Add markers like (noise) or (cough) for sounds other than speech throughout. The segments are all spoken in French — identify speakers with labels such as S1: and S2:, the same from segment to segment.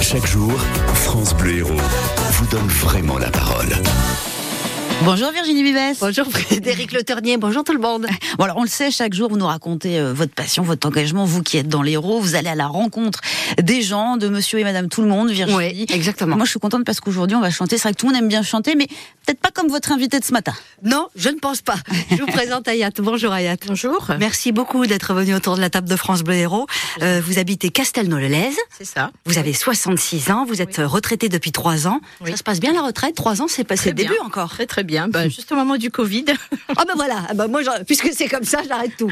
S1: Chaque jour, France Bleu Héros vous donne vraiment la parole.
S2: Bonjour Virginie Vives.
S3: Bonjour Frédéric Le Ternier, bonjour tout le monde.
S2: Bon, alors, on le sait, chaque jour, vous nous racontez euh, votre passion, votre engagement, vous qui êtes dans l'Hérault, vous allez à la rencontre des gens, de monsieur et madame tout le monde, Virginie.
S3: Oui, exactement.
S2: Moi, je suis contente parce qu'aujourd'hui, on va chanter. C'est vrai que tout le monde aime bien chanter, mais peut-être pas comme votre invité de ce matin.
S3: Non, je ne pense pas. Je vous présente Ayat. Bonjour Ayat.
S4: Bonjour.
S3: Merci beaucoup d'être venu autour de la table de France Bleu Héros. Euh, vous habitez Castelnau-le-Lez,
S4: C'est ça.
S3: vous avez 66 ans, vous êtes euh, retraité depuis 3 ans.
S4: Oui.
S3: Ça se passe bien la retraite 3 ans, c'est passé
S4: Très
S3: le début
S4: bien.
S3: encore.
S4: Très très bien. (laughs) Ben, juste au moment du Covid.
S3: Ah ben voilà, Ah ben moi, j'en- puisque c'est comme ça, j'arrête
S4: (laughs)
S3: tout.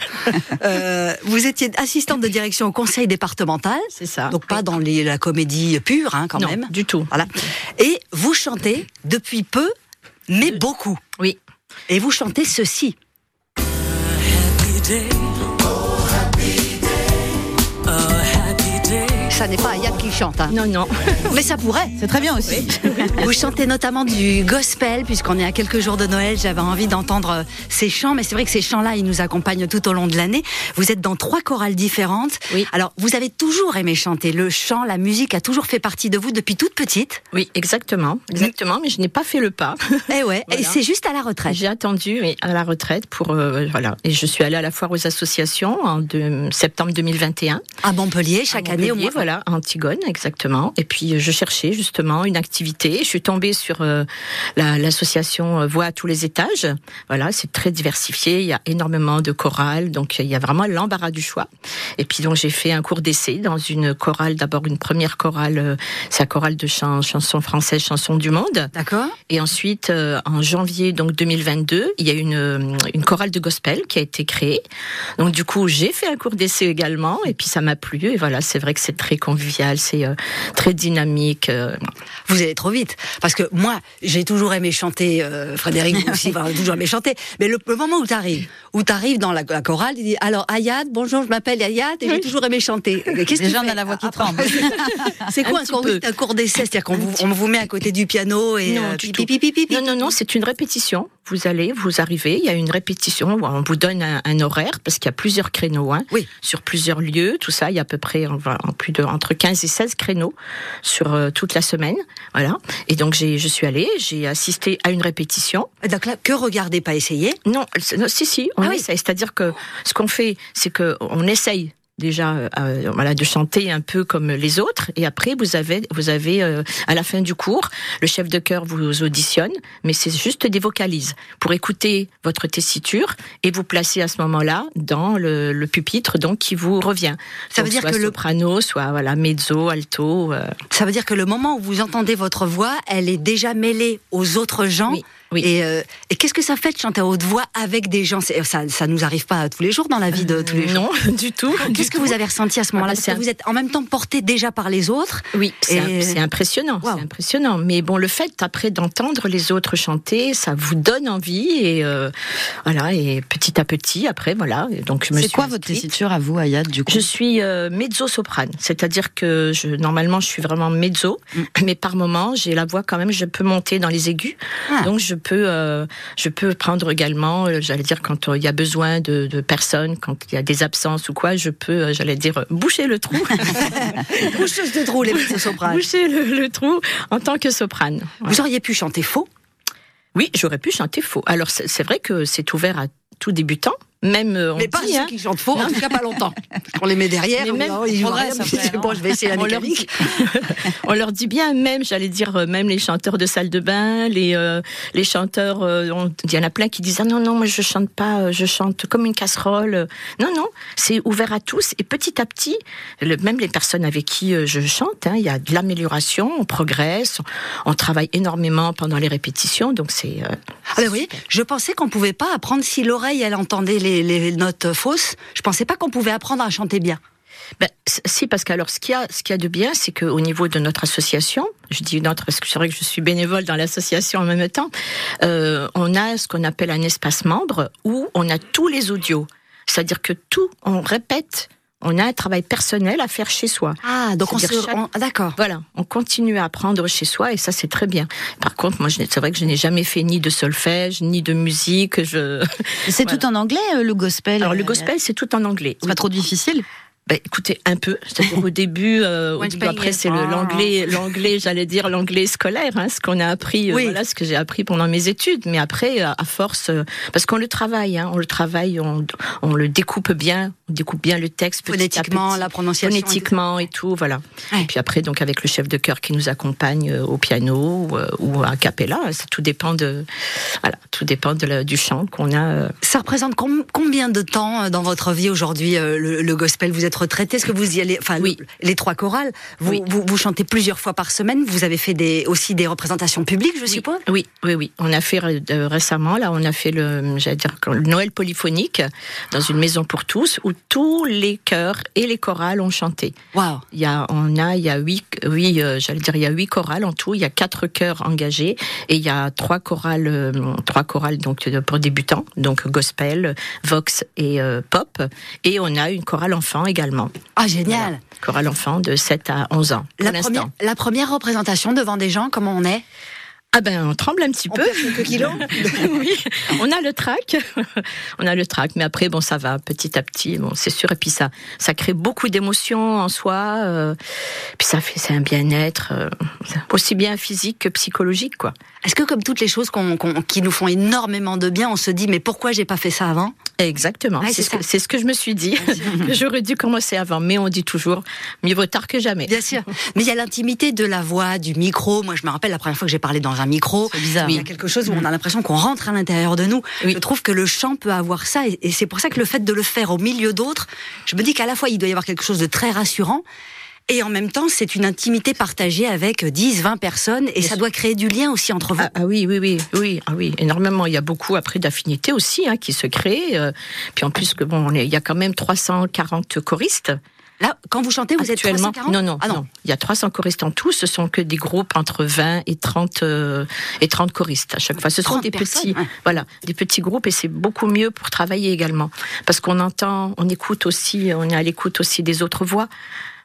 S3: Euh, vous étiez assistante de direction au conseil départemental,
S4: C'est ça.
S3: donc pas dans les- la comédie pure hein, quand
S4: non,
S3: même.
S4: du tout.
S3: Voilà. Et vous chantez depuis peu, mais
S4: Euh,
S3: beaucoup.
S4: Oui.
S3: Et vous chantez ceci. Ça n'est pas Ayat qui chante, hein.
S4: Non non.
S3: mais ça pourrait.
S2: C'est très bien aussi.
S3: Vous chantez notamment du gospel, puisqu'on est à quelques jours de Noël, j'avais envie d'entendre euh, ces chants, mais c'est vrai que ces chants-là, ils nous accompagnent tout au long de l'année. Vous êtes dans trois chorales différentes.
S4: Oui.
S3: Alors, vous avez toujours aimé chanter. Le chant, la musique a toujours fait partie de vous depuis toute petite.
S4: (laughs) Oui exactement. Exactement. Mais je n'ai pas fait le (laughs) pas.
S3: Eh ouais, et
S4: Voilà.
S3: c'est juste à la retraite.
S4: J'ai attendu oui, à la retraite pour euh, voilà. Et je suis allée à la foire aux associations en de- septembre 2021.
S3: À Montpellier, chaque
S4: à
S3: année au
S4: Montpellier,
S3: moins.
S4: voilà, à Antigone, exactement. Et puis euh, je cherchais justement une activité. Je suis tombée sur euh, la- l'association euh, Voix à tous les étages. Voilà, c'est très diversifié. Il y a énormément de chorales, donc il y a vraiment l'embarras du choix. Et puis donc j'ai fait un cours d'essai dans une chorale, d'abord une première chorale, euh, c'est la chorale de chan- chansons françaises, chansons du monde.
S3: D'accord
S4: Et ensuite, euh, en janvier donc 2022, il y a une, euh, une chorale de gospel qui a été créée. Donc du coup, j'ai fait un cours d'essai également, et puis ça m'a plu. Et voilà, c'est vrai que c'est très convivial, c'est euh, très dynamique. euh,
S3: Vous allez trop vite. Parce que moi, j'ai toujours aimé chanter, euh,
S4: (laughs)
S3: Frédéric vous aussi, enfin, toujours aimé chanter. Mais le, le moment où t'arrives, où t'arrives dans la, la chorale, il dit Alors, Ayad, bonjour, je m'appelle Ayad et j'ai toujours aimé chanter. Mais Qu'est-ce que tu
S2: Déjà, on
S3: fais
S2: a la voix qui
S3: Ah,
S2: tremble.
S3: C'est quoi un,
S4: petit
S3: cours,
S4: peu.
S3: un cours d'essai C'est-à-dire qu'on vous, on vous met à côté du piano et.
S4: Non,
S3: euh,
S4: du
S3: pi-
S4: tout.
S3: pi- pi- pi- pi-
S4: Non, non, non, c'est une répétition. Vous allez, vous arrivez, il y a une répétition, où on vous donne un, un horaire, parce qu'il y a plusieurs créneaux, hein,
S3: Oui.
S4: sur plusieurs lieux, tout ça, il y a à peu près on va, en plus de, entre 15 et 16 créneaux sur euh, toute la semaine. Voilà. Et donc j'ai- je suis allée, j'ai assisté à une répétition.
S3: Donc là, que regardez, pas essayer.
S4: Non, c'est- non, si, si, on
S3: Ah oui.
S4: essaye. C'est-à-dire que ce qu'on fait, c'est qu'on essaye déjà euh, euh, voilà, de chanter un peu comme les autres. Et après, vous avez, vous avez euh, à la fin du cours, le chef de chœur vous auditionne, mais c'est juste des vocalises pour écouter votre tessiture et vous placer à ce moment-là dans le, le pupitre donc qui vous revient.
S3: Ça
S4: Donc,
S3: veut dire
S4: soit
S3: que le-
S4: soprano, soit voilà, mezzo, alto. euh,
S3: Ça veut dire que le moment où vous entendez votre voix, elle est déjà mêlée aux autres gens.
S4: Oui, oui.
S3: Et, euh, et qu'est-ce que ça fait de chanter à haute voix avec des gens C'est- Ça, ça nous arrive pas tous les jours dans la vie
S4: Euh,
S3: de tous les jours.
S4: non, (laughs) du tout. du
S3: Qu'est-ce que
S4: tout.
S3: vous avez ressenti à ce moment-là
S4: bah,
S3: Parce
S4: c'est
S3: que
S4: un-
S3: vous êtes en même temps porté déjà par les autres.
S4: Oui, c'est
S3: Et-
S4: c'est impressionnant,
S3: Waouh.
S4: c'est impressionnant. Mais bon, le fait après d'entendre les autres chanter, ça vous donne envie et euh, voilà et petit à petit après voilà. Et Donc je me
S2: C'est
S4: suis
S2: quoi votre
S4: inscrite.
S2: tessiture à vous, Ayad, du coup
S4: Je suis mezzo soprane, c'est-à-dire que je, normalement je suis vraiment mezzo,
S2: Mm.
S4: mais par moment j'ai la voix quand même, je peux monter dans les aigus,
S3: Ah.
S4: donc je peux euh, je peux prendre également, euh, j'allais dire quand euh, il y a besoin de, de personnes, quand il y a des absences ou quoi, je peux, euh, j'allais dire euh, boucher
S2: (laughs)
S4: le trou,
S3: Boucheuse de trou, les mezzo-sopranes.
S4: boucher le, le trou en tant que soprane. Voilà.
S3: Vous auriez pu chanter faux.
S4: Oui, j'aurais pu chanter faux. Alors c'est c'est vrai que c'est ouvert à tout débutant, même euh, on
S3: mais pas
S4: dit,
S3: ceux
S4: hein,
S3: qui chantent faux, en tout cas pas (laughs) longtemps. On les met derrière,
S4: Mais
S3: on-
S4: même-
S3: ils jouent
S2: progresse
S3: rien,
S2: après,
S3: c'est
S2: hein.
S3: (laughs) bon, je vais essayer la
S4: on, leur
S3: mécanique.
S4: dit, on leur dit bien même, j'allais dire euh, même les chanteurs de salle de bain, les euh, les chanteurs, euh, on- il y en a plein qui disent ah non non moi je chante pas, euh, je chante comme une casserole. Euh, Non non, c'est ouvert à tous et petit à petit, le- même les personnes avec qui euh, je chante, hein, il y a de l'amélioration, on progresse, on, on travaille énormément pendant les répétitions, donc c'est euh,
S3: Ah ben oui, je pensais qu'on pouvait pas apprendre si l'oreille elle entendait les, les notes euh, fausses. Je pensais pas qu'on pouvait apprendre à chanter bien.
S4: Ben, c- si, parce qu'alors, ce qu'il y a, ce qu'il y a de bien, c'est qu'au niveau de notre association, je dis notre parce que c'est vrai que je suis bénévole dans l'association en même temps, euh, on a ce qu'on appelle un espace membre où on a tous les audios. C'est-à-dire que tout, on répète, on a un travail personnel à faire chez soi.
S3: Ah, donc on se,
S4: C'est-à-dire chaque-
S3: on- ah, d'accord.
S4: Voilà, on continue à apprendre chez soi et ça c'est très bien. Par contre, moi je n'ai- c'est vrai que je n'ai jamais fait ni de solfège, ni de musique. Je...
S2: C'est tout en anglais, euh, le gospel
S4: Alors le
S2: euh,
S4: gospel c'est tout en anglais.
S2: C'est pas trop difficile
S4: Bah, écoutez, un peu. C'est-à-dire au début, euh, au
S5: One
S4: début, après
S5: Spaniard.
S4: c'est le-
S3: hein.
S4: l'anglais, l'anglais, j'allais dire l'anglais scolaire, hein, ce qu'on a appris, euh,
S3: Oui.
S4: voilà, ce que j'ai appris pendant mes études. Mais après, à à force, euh, parce qu'on le travaille, hein, on le travaille, on, on le découpe bien, on découpe bien le texte petit à
S3: Phonétiquement,
S4: petit,
S3: la prononciation.
S4: phonétiquement et tout, voilà.
S3: Ouais.
S4: Et puis après, donc avec le chef de chœur qui nous accompagne euh, au piano ou, euh, ou à cappella, hein, ça tout dépend de, voilà, tout dépend de la- du chant qu'on a. euh,
S3: Ça représente com- combien de temps euh, dans votre vie aujourd'hui euh, le, le gospel Vous êtes retraité Est-ce que vous y allez Enfin,
S4: Oui.
S3: le- les trois chorales. Vous,
S4: Oui.
S3: vous, vous chantez plusieurs fois par semaine. Vous avez fait des, aussi des représentations publiques, je
S4: Oui,
S3: suppose.
S4: Oui, oui, oui. On a fait ré- euh, récemment, là, on a fait le, j'allais dire, le Noël polyphonique dans une maison pour tous où tous les chœurs et les chorales ont chanté.
S3: Waouh
S4: Il y a, on a, il y a huit, oui, euh, j'allais dire, il y a huit chorales en tout. Il y a quatre chœurs engagés et il y a trois chorales, euh, trois chorales donc euh, pour débutants, donc gospel, vox et euh, pop. Et on a une chorale enfant également.
S3: Ah génial
S4: Chorale enfant de 7 à 11 ans. pour
S3: la,
S4: l'instant.
S3: première, la première représentation devant des gens, comment on est
S4: Ah ben, on tremble un petit peu.
S3: quelques kilos
S4: oui, on a le trac, (laughs) on a le trac, mais après bon ça va petit à petit, bon c'est sûr et puis ça ça crée beaucoup d'émotions en soi, euh, puis ça fait c'est un bien-être euh, aussi bien physique que psychologique quoi.
S3: Est-ce que comme toutes les choses qu'on- qu'on- qui nous font énormément de bien, on se dit mais pourquoi j'ai pas fait ça avant
S4: Exactement,
S3: Ouais, c'est
S4: c'est ce
S3: ça.
S4: que c'est ce que je me suis dit (laughs) que j'aurais dû commencer avant, mais on dit toujours mieux vaut tard que jamais.
S3: Bien sûr. Mais il y a l'intimité de la voix, du micro. Moi, je me rappelle la première fois que j'ai parlé dans un micro.
S2: C'est bizarre.
S3: Il y a quelque chose où on a l'impression qu'on rentre à l'intérieur de nous.
S4: Oui.
S3: Je trouve que le chant peut avoir ça, et et c'est pour ça que le fait de le faire au milieu d'autres, je me dis qu'à la fois il doit y avoir quelque chose de très rassurant. Et en même temps, c'est une intimité partagée avec 10, 20 personnes, et ça
S4: sûr.
S3: doit créer du lien aussi entre vous.
S4: Ah, ah oui, oui, oui, oui, ah oui, énormément. Il y a beaucoup après d'affinités aussi hein, qui se créent. euh, puis en plus que bon, on est- il y a quand même 340 choristes.
S3: Là, quand vous chantez, vous êtes
S4: Actuellement,
S3: 340
S4: non, non,
S3: Ah
S4: non, Il y a 300 choristes en tout. Ce sont que des groupes entre 20 et 30 euh, et 30 choristes à chaque fois. Ce sont
S3: 30
S4: des
S3: personnes,
S4: petits,
S3: ouais.
S4: voilà, des petits groupes et c'est beaucoup mieux pour travailler également parce qu'on entend, on écoute aussi, on est à l'écoute aussi des autres voix.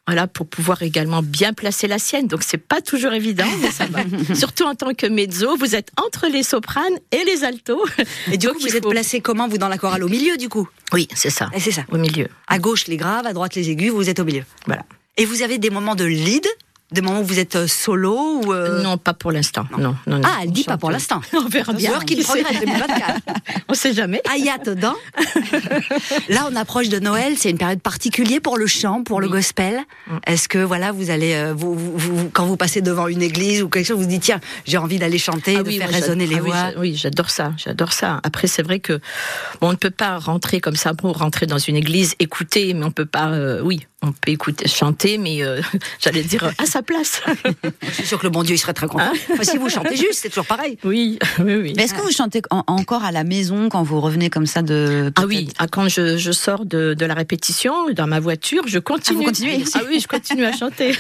S4: Voilà, pour pouvoir également bien placer la sienne. Donc, c'est pas toujours évident, mais ça
S3: (laughs)
S4: va. Surtout en tant que mezzo, vous êtes entre les sopranes et les altos.
S3: (laughs) Et du coup,
S4: Donc, il
S3: vous êtes
S4: faut-
S3: placé comment Vous dans la chorale au milieu, du coup
S4: Oui, c'est ça.
S3: Et c'est ça.
S4: Au milieu.
S3: À gauche les graves, à droite les aigus, vous êtes au milieu.
S4: Voilà.
S3: Et vous avez des moments de lead, des moments où vous êtes euh, solo ou euh,
S4: Non, pas pour l'instant. Non, non, non.
S3: Ah, elle dit
S4: On
S3: pas pour
S4: chante-
S3: l'instant.
S4: On verra bien.
S3: Voir qu'il
S4: Qui sait
S3: progresse
S2: (laughs)
S3: 2024.
S4: On sait jamais.
S3: Ayat dedans. Là, on approche de Noël, c'est une période particulière pour le chant, pour le gospel.
S2: Mm.
S3: Est-ce que voilà, vous allez, euh, vous, vous- vous- quand vous passez devant une église ou quelque chose, vous vous dites tiens, j'ai envie d'aller chanter,
S4: Ah
S3: de
S4: oui,
S3: faire
S4: moi,
S3: résonner les
S4: j'adore- ah
S3: voix.
S4: oui, j'a- Oui, j'adore ça, j'adore ça. Après, c'est vrai que bon, on ne peut pas rentrer comme ça pour rentrer dans une église, écouter, mais on peut pas. euh, oui, on peut écouter, chanter, mais euh, (laughs) j'allais dire euh, à sa place.
S3: Je suis sûr que le bon Dieu il serait très content. Enfin, si vous chantez juste, c'est toujours pareil. Ah.
S4: oui, oui, oui.
S2: Hein? Mais est-ce que vous chantez en- encore à la maison quand vous revenez comme ça de
S4: Ah oui, ah, quand je, je sors de, de la répétition, dans ma voiture, je continue.
S2: Ah, vous continuez
S4: (laughs) Ah oui, je continue à chanter.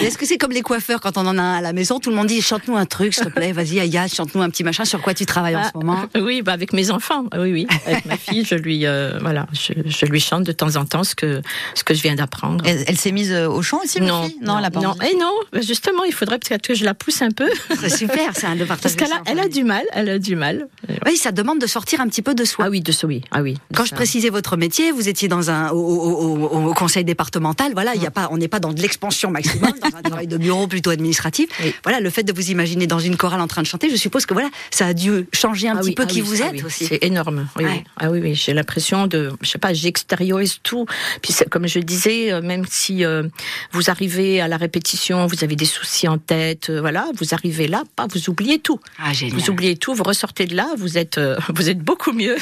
S3: Mais Est-ce que c'est comme les coiffeurs quand on en a un à la maison, tout le monde dit chante-nous un truc, s'il te plaît, vas-y Ayat, chante-nous un petit machin. Sur quoi tu travailles en
S4: Ah.
S3: ce moment
S4: Oui, bah avec mes enfants. Ah Oui, oui. Avec ma fille, je lui, euh, voilà, je, je lui chante de temps en temps ce que, ce que je viens d'apprendre.
S2: Elle, elle s'est mise euh, au chant aussi, votre
S4: non,
S2: fille non, elle a pas
S4: non.
S2: envie.
S4: Et non, bah, justement, il faudrait peut-être que je la pousse un peu.
S3: C'est super, c'est un de partager.
S4: Parce qu'elle
S3: ça
S4: a,
S3: en
S4: elle a
S3: famille.
S4: du mal, elle a du mal.
S3: Oui, ça demande de sortir un petit peu de soi.
S4: Ah oui, de ce oui, ah oui. de
S3: Quand je
S4: ça.
S3: précisais votre métier, vous étiez dans un au, au- au- au conseil départemental. Voilà,
S4: Mm.
S3: il y a pas, on n'est pas dans de l'expansion maximum, dans un travail de bureau plutôt administratif.
S4: Oui.
S3: Voilà, le fait de vous imaginer dans une chorale en train de chanter, je suppose que voilà, ça a dû changer un
S4: Ah
S3: petit
S4: oui,
S3: peu
S4: ah
S3: qui
S4: oui,
S3: vous
S4: ah
S3: êtes
S4: oui,
S3: aussi.
S4: C'est énorme. Oui,
S3: Ouais.
S4: oui. Ah oui, oui, j'ai l'impression de, je sais pas, j'extériorise tout. Puis c'est- comme je disais, euh, même si euh, vous arrivez à la répétition, vous avez des soucis en tête, euh, voilà, vous arrivez là, pas, vous oubliez tout.
S3: Ah génial.
S4: Vous oubliez tout, vous ressortez de là, vous êtes, euh, (laughs) vous êtes
S3: (laughs)
S4: beaucoup mieux.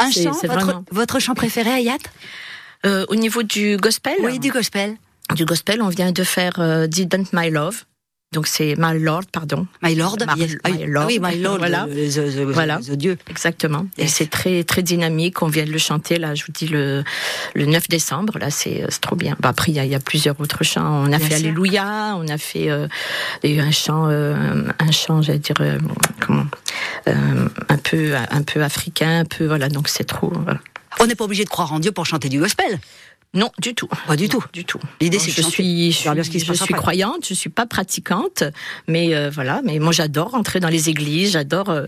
S3: Un
S4: C'est-
S3: chant,
S4: c'est
S3: votre,
S4: vraiment-
S3: votre chant préféré, Ayat
S4: Euh, au niveau du gospel,
S3: Oui, du gospel.
S4: du gospel, on vient de faire euh, Didn't My Love. Donc c'est My Lord, pardon.
S3: My Lord.
S4: Mar-
S3: Yes. Ah oui,
S4: My Lord.
S3: ah oui, My Lord.
S4: Voilà.
S3: le- le- le-
S4: Voilà.
S3: le Dieu.
S4: Exactement. Et
S3: Yes.
S4: c'est très très dynamique. On vient de le chanter là. Je vous dis le le 9 décembre. Là, c'est euh, c'est trop bien. Bah, après, il y, a- il y a plusieurs autres chants. On
S3: Bien
S4: a
S3: sûr.
S4: fait Alléluia. On a fait euh, il y a eu un chant euh, un chant, j'allais dire euh, comment euh, un peu un peu africain, un peu voilà. Donc c'est trop. voilà.
S3: On n'est pas obligé de croire en Dieu pour chanter du gospel.
S4: Non, du tout.
S3: Pas du tout.
S4: Du tout.
S3: L'idée,
S4: Non,
S3: c'est de
S4: je
S3: chanter.
S4: suis, je
S3: verra bien
S4: suis-
S3: ce qui se
S4: je
S3: passe
S4: suis
S3: après.
S4: croyante, je suis pas pratiquante, mais euh, (laughs) voilà, mais moi j'adore entrer dans les églises, j'adore euh,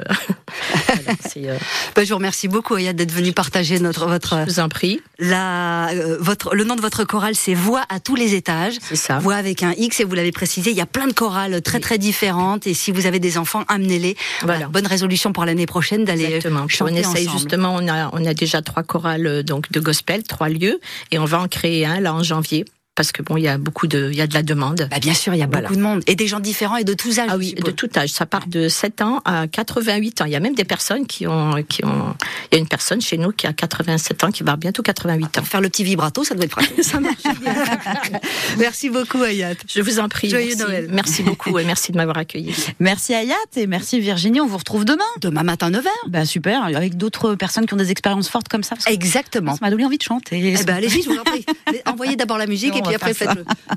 S4: Voilà, c'est, euh,
S3: Ben, je vous remercie beaucoup, Ayad, d'être venu partager notre, votre,
S4: je vous en prie,
S3: la, euh, votre, le nom de votre chorale, c'est Voix à tous les étages.
S4: c'est ça.
S3: Voix avec un X, et vous l'avez précisé, il y a plein de chorales très très différentes, et si vous avez des enfants, amenez-les.
S4: Voilà.
S3: Bonne résolution pour l'année prochaine d'aller euh,
S4: Exactement. Puis
S3: chanter
S4: on essaye
S3: ensemble.
S4: justement, on a, on a déjà trois chorales euh, donc de gospel, trois lieux, et on va en créer un là en janvier parce que bon, il y a beaucoup de, il y a de la demande.
S3: Bah, bien sûr, il y a
S4: Voilà.
S3: beaucoup de monde, et des gens différents et de tous âges.
S4: Ah
S3: je
S4: oui, de
S3: suppose.
S4: tout âge. Ça part de 7 ans à 88 ans. Il y a même des personnes qui ont, qui ont. Il y a une personne chez nous qui a 87 ans, qui va bientôt 88 ans.
S3: Faire le petit vibrato, ça doit être pratique. (laughs) ça marche bien. (laughs) Merci beaucoup, Ayat.
S4: Je vous en prie.
S3: Joyeux
S4: merci.
S3: Noël.
S4: Merci beaucoup et merci de m'avoir accueilli.
S2: Merci Ayat et merci Virginie. On vous retrouve demain.
S3: Demain matin, 9h.
S2: Bah super, avec d'autres personnes qui ont des expériences fortes comme ça. Parce que
S3: Exactement.
S2: ça m'a donné envie de chanter. (laughs)
S3: Eh ben, allez-y, je vous en prie. Envoyez d'abord la musique
S2: Eh ben, Non,
S3: et
S2: on
S3: puis
S2: va
S3: après
S2: faire ça.
S3: faites-le.